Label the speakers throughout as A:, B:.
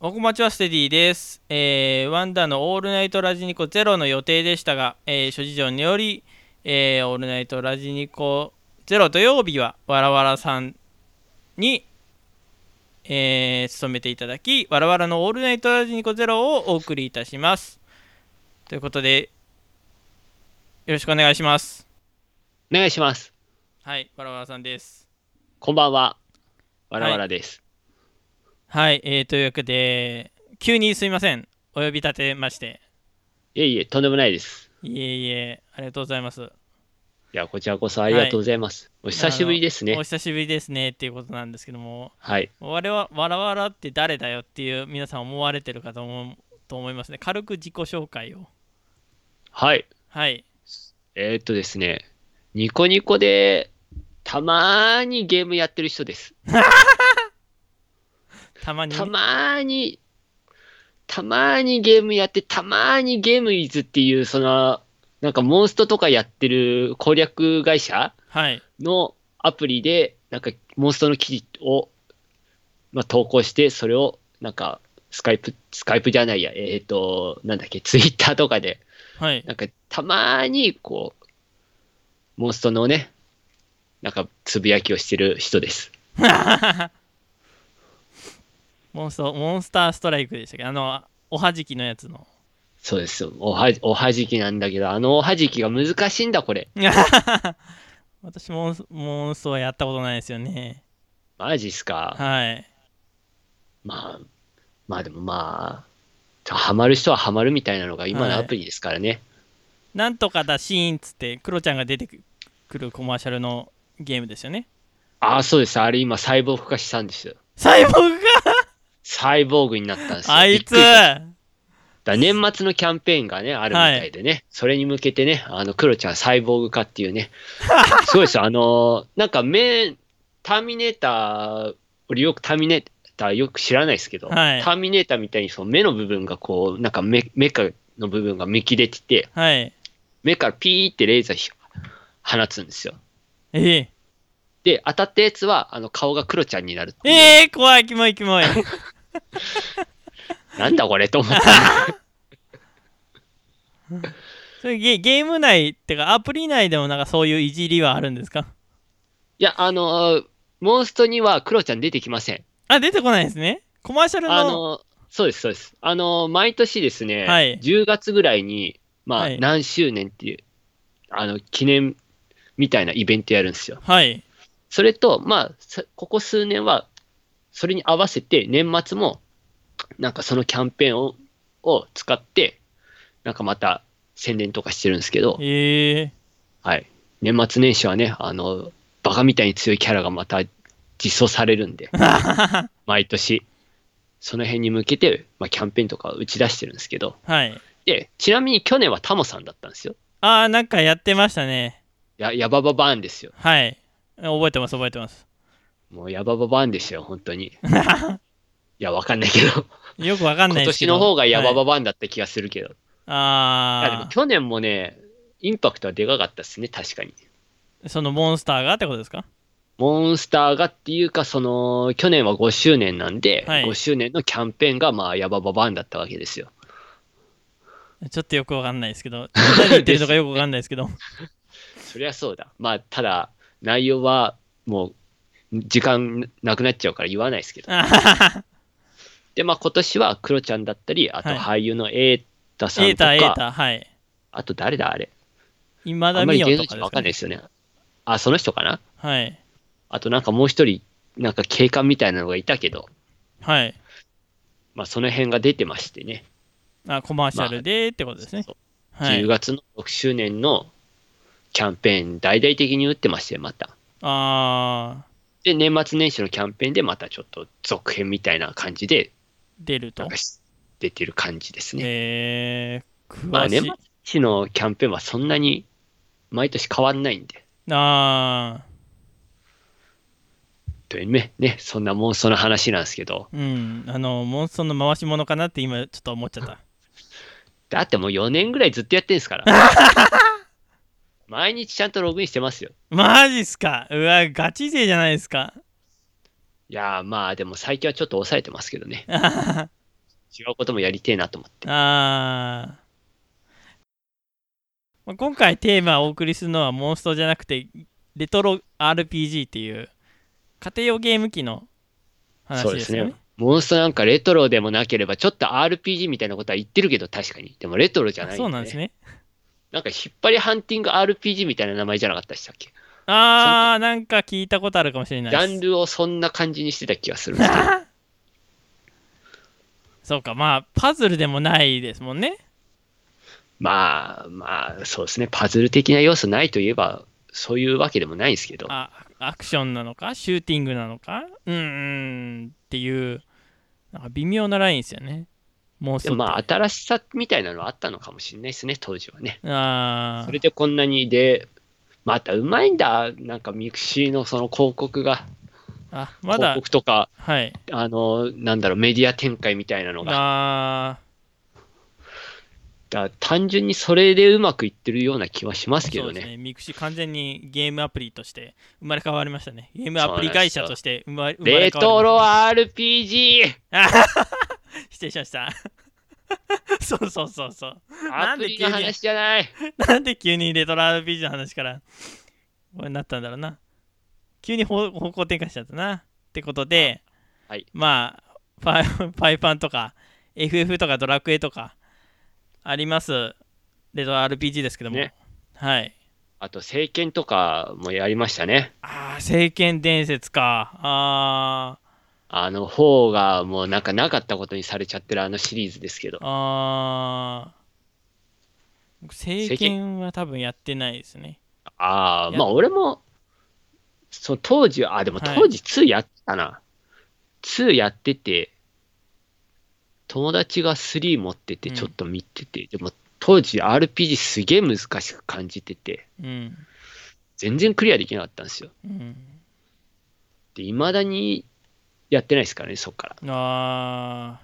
A: おこまちはステディです、えーワンダの「オールナイトラジニコゼロの予定でしたが、えー諸事情により、えーオールナイトラジニコゼロ土曜日はわらわらさんに、えー勤めていただきわらわらの「オールナイトラジニコゼロをお送りいたしますということでよろしくお願いします
B: お願いします。
A: はいわらわらさんです
B: こんばんは。わらわらです。
A: はい、えーというわけで急にすいませんお呼び立てまして
B: い、えいえ、とんでもないです。
A: いえいえありがとうございます
B: いや、こちらこそありがとうございます。お久しぶりです
A: お
B: ね。
A: 久しぶりですねっていうことなんですけども
B: はい。
A: 我々はわらわらって誰だよっていう皆さん思われてるかと思うと思いますね軽く自己紹介を
B: はい。
A: はい
B: えー、っとですね、ニコニコで、たまーにゲームやってる人です。
A: たまに
B: たまーに、たまーにゲームやって、たまーにゲームイズっていう、その、なんかモンストとかやってる攻略会社
A: はい
B: のアプリで、なんかモンストの記事を、まあ、投稿して、それをなんかスカイプ、スカイプじゃないや、えっ、と、なんだっけ、ツイッターとかで、
A: はい
B: なんかたまにこう、モンストのね、なんかつぶやきをしてる人です。
A: モンストモンスターストライクでしたっけあのおはじきのやつの
B: そうですおは。おはじきなんだけど、あのおはじきが難しいんだ、これ。
A: 私モンスモンストはやったことないですよね
B: マジっすか。
A: はい
B: まあ、まあでもまあ、ハマる人はハマるみたいなのが今のアプリですからね。
A: なんとかだシーンっつってクロちゃんが出てくるコマーシャルのゲームですよね
B: ああ、そうです。あれ今、細胞孵化したんですよ。
A: サイボーグ
B: サイボーグになったんです
A: か
B: よ。
A: あ
B: びっ
A: い
B: く
A: つ
B: りしただ年末のキャンペーンがね、あるみたいでね、それに向けてね、あの、クロちゃんサイボーグ化ってい うね、すごいですよ。あのーなんか、メターミネーター、俺よくターミネーターよく知らないですけど、
A: はい
B: ターミネーターみたいにその目の部分がこう、なんか目、目かの部分が見切れてて、
A: はい
B: 目からピーってレーザーひ放つんですよ。
A: ええ
B: で、当たったやつは、あの、顔がクロちゃんになるっていう
A: ええ怖いキモいキモ い
B: なんだこれと思った。
A: それゲゲーム内ってかアプリ内でもなんかそういういじりはあるんですか
B: いや、あのーモンストにはクロちゃん出てきません。
A: あ出てこないですねコマーシャルの
B: あのーそうです、そうです。あのー毎年ですね、
A: はい
B: 10月ぐらいに、まあ、
A: はい
B: 何周年っていう、あの、記念みたいなイベントやるんですよ。
A: はい
B: それと、まあ、さここ数年は、それに合わせて、年末も、なんかそのキャンペーンをを使って、なんかまた宣伝とかしてるんですけど、
A: ええ
B: はい。年末年始はね、あの、バカみたいに強いキャラがまた実装されるんで、毎年、その辺に向けて、まあ、キャンペーンとかを打ち出してるんですけど、
A: はい
B: で、ちなみに去年はタモさんだったんですよ。
A: ああなんかやってましたね
B: や、やばばばーんですよ。
A: はい覚えてます覚えてます
B: もうやばばばーんですよ、本当に。いや、わかんないけど、
A: よくわかんな
B: 今
A: いですけ
B: 年
A: ど
B: の方がやば
A: は
B: ば
A: い
B: ばーんだった気がするけど、いやでも
A: あ
B: 去年もね、インパクトはでかかったですね、確かに。
A: あそのモンスターがってことですか
B: モンスターがっていうか、その、去年は5周年なんで、
A: はい
B: 5周年のキャンペーンが、まあ、ヤバババンだったわけですよ。
A: ちょっとよくわかんないですけど何言ってるのかよくわかんないです けど
B: そりゃそうだ。まあ、ただ、内容は、もう、時間なくなっちゃうから言わないですけど。
A: あははは
B: で、まあ、今年は、クロちゃんだったり、あと、
A: はい
B: 俳優のエータさん
A: エー
B: とか、
A: タエータはい
B: あと、誰だ、あれ。
A: 今
B: あ
A: 田
B: んま
A: 美
B: り芸
A: 桜とかです
B: 能人わか
A: か、
B: んないで
A: ね、
B: すよね。あ、その人かな
A: はい
B: あと、なんかもう一人、なんか警官みたいなのがいたけど、
A: はい
B: まあ、その辺が出てましてね。
A: あコマーシャルでってことですね、はい
B: 10月の6周年のキャンペーン、大々的に打ってまして、また。
A: ああ
B: で、年末年始のキャンペーンで、またちょっと続編みたいな感じで、
A: 出る
B: な
A: と
B: んかし出てる感じですね。
A: えー、詳しい、
B: まあ、年末年始のキャンペーンはそんなに毎年変わんないんで、
A: あ
B: というね、ねそんなもんその話なんですけど、
A: ーうんあのモンストの回し物かなって今ちょっと思っちゃった
B: だってもう4年ぐらいずっとやってんです から。毎日ちゃんとログインしてますよ。
A: マジっすかうわガチ勢じゃないですか
B: いやーまあでも最近はちょっと抑えてますけどね。違うこともやりてえなと思って。
A: あーまあ今回テーマをお送りするのはモンストじゃなくてレトロ RPG っていう家庭用ゲーム機の話
B: そう
A: で
B: ですす
A: よね
B: ね。モンストなんかレトロでもなければ、ちょっと RPG みたいなことは言ってるけど、確かに。でもレトロじゃない、
A: そうなんです。ね
B: なんか引っ張りハンティング RPG みたいな名前じゃなかったでしたっけ
A: あーなんか聞いたことあるかもしれない
B: ジ
A: です
B: ャンルをそんな感じにしてた気がするんですけど
A: そうかまあパズルでもないですもんね
B: まあまあ、そうですね。パズル的な要素ないといえば、そういうわけでもないんですけど。
A: あアクションなのかシューティングなのかうーんっていうなんか微妙なラインですよねモンス
B: で
A: ト
B: も
A: って
B: まあ、新しさみたいなのはあったのかもしれないですね、当時はね。
A: あ
B: そ
A: ー
B: れでこんなにで、またうまいんだ。なんかミクシーのその広告が、
A: あま
B: 広
A: だ
B: 告とか、
A: はい
B: あの、なんだろう、メディア展開みたいなのが。
A: あ
B: だ単純にそれでうまくいってるような気はします
A: ー
B: け
A: そ
B: ど
A: うですね
B: ね。
A: ミクシー完全にゲームアプリとして生まれ変わりましたねゲームアプリ会社として生まれ生まれ
B: レ
A: 変わ
B: ト
A: り
B: ロ
A: ま
B: RPG!
A: した 失礼しました そうそうそうそう な
B: ア
A: ん
B: プ
A: で
B: リ
A: 急に
B: の話じゃない
A: なんで急にレトロ RPG の話からこれになったんだろうな急に方方向転換しちゃったなってことで、
B: はい
A: まあパイパイパンとか FF とかドラクエとかありますレトロ RPG ですけども、
B: ね
A: はい
B: あと、政権とかもやりましたね。
A: ああ聖剣伝説かあー
B: あの方がもうなんかなかったことにされちゃってるあのシリーズですけど。
A: あー聖剣は多分やってないですね
B: ああ、
A: や
B: まあ俺も、そう当時は、あ、でも
A: はい
B: 当時2やってたな。2やってて、友達が3持ってて
A: うん
B: ちょっと見てて、でも当時 RPG すげえ難しく感じてて、
A: うん
B: 全然クリアできなかったんですよ。
A: うん
B: で、未だにやってないですからね、そっから。
A: あ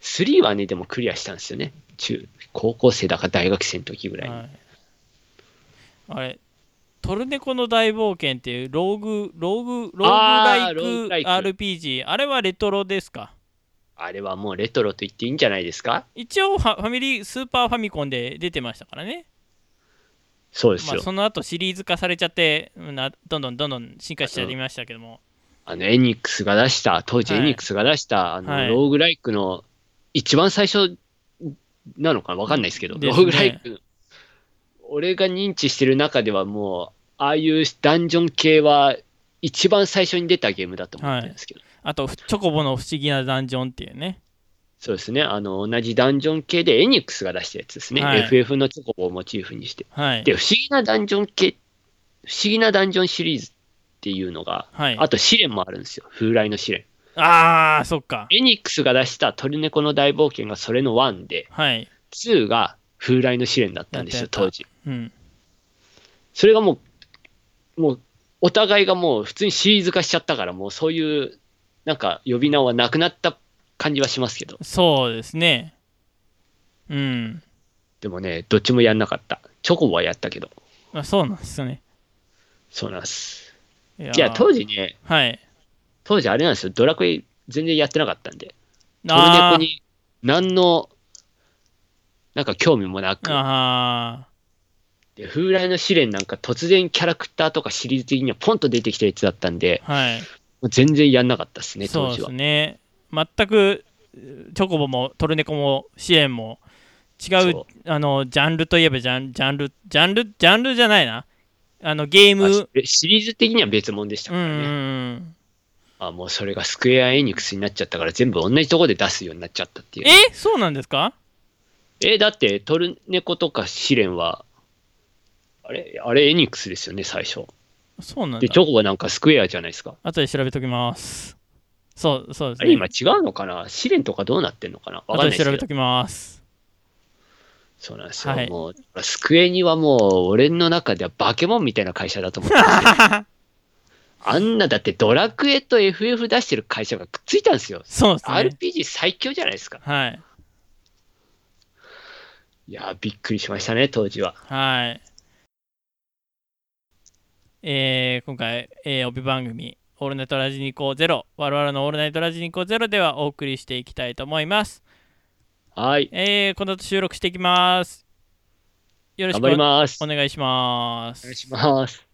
A: ー
B: 3はね、でもクリアしたんですよね。中、高校生だか大学生の時ぐらいに。
A: はい、あれ「トルネコの大冒険」っていうローグローグロ
B: あ
A: ー
B: ー
A: グライク
B: ローグ
A: RPG あれはレトロですか
B: あれはもうレトロと言っていいんじゃないですか
A: 一応ファファミリースーパーファミコンで出てましたからね、
B: そうです
A: まあ、
B: よ。
A: その後シリーズ化されちゃってなどんどんどんどん進化しちゃいましたけども、
B: あの、エニックスが出した、当時
A: は
B: エ
A: い
B: ニックスが出した、あの、
A: はい
B: ローグライクの、一番最初なのかなわかんないですけど、
A: で
B: ロ
A: すね
B: ーグライクの、俺が認知してる中ではもう、ああいうダンジョン系は、一番最初に出たゲームだと思ってるんですけど、
A: あと「チョコボの不思議なダンジョン」っていうね
B: そうですね、あの、同じダンジョン系でエニックスが出したやつですね、
A: はい
B: FF のチョコボをモチーフにして。
A: はい
B: で、不思議なダンジョン系、不思議なダンジョンシリーズっていうのが、
A: はい
B: あと試練もあるんですよ、風来の試練。
A: あーそっか
B: エニックスが出した鳥猫の大冒険がそれの1で、
A: はい
B: 2が風来の試練だったんです
A: や
B: よ、
A: ったや
B: 当
A: った
B: 時。
A: うん
B: それがもう、もう、お互いがもう普通にシリーズ化しちゃったから、もうそういう、なんか呼び名はなくなった感じはしますけど。
A: そうですねうん
B: でもね、どっちもやんなかった。チョコボはやったけど。
A: あそうなんですよね
B: そうなんです。
A: いや
B: いや、当
A: 時
B: 時ね、
A: はい
B: 当時あれなんですよ、ドラクエ全然やってなかったんで、トルネ
A: あ
B: コ
A: ー
B: に何の、なんか興味もなく、
A: あ
B: で、風来の試練なんか突然キャラクターとかシリーズ的にはポンと出てきたやつだったんで、
A: あ、はい。
B: もう全然やんなかったですね、
A: そ
B: 当
A: う
B: 時
A: で
B: は。
A: すね。全く、チョコボもトルネコも支援も違う
B: そう
A: あのジャンルといえばジャンジャンル、ジャンル、ジャンルじゃないな。あのゲーム、
B: あ
A: う
B: しシリーズ的には別物でした
A: んう
B: からね。
A: ん。
B: あもうそれがスクエア・エニックスになっちゃったから全部同じとこで出すようになっちゃったっていう。
A: えそうなんですか
B: えだってトルネコとか試練は、あれあれエニックスですよね、最初。
A: そうなん
B: で、
A: だ
B: チ。ョコはなんかスクエアじゃないですか。
A: 後で調べときます。そう、そうです
B: あれ
A: ね
B: 今。違うのかな試練とかどうなってんのかなわか
A: 後で
B: んないです
A: 調
B: け
A: べ
B: ど
A: と。きます。
B: そうなんですよ。
A: はい
B: もう、スクエニはもう、俺の中では化け物みたいな会社だと思ってますよあんな、だってドラクエと FF 出してる会社がくっついたんですよ。
A: そうですね。
B: RPG 最強じゃないですか。
A: はい。
B: いやー、びっくりしましたね、当時は。
A: はい。えー今回、えー帯番組、オールナイトラジニコゼロ、我々のオールナイトラジニコゼロではお送りしていきたいと思います。
B: はい。
A: えー、この後収録していきます。よろし
B: 頑
A: く
B: 張ります。
A: お願いしま
B: お
A: す
B: 願い。します。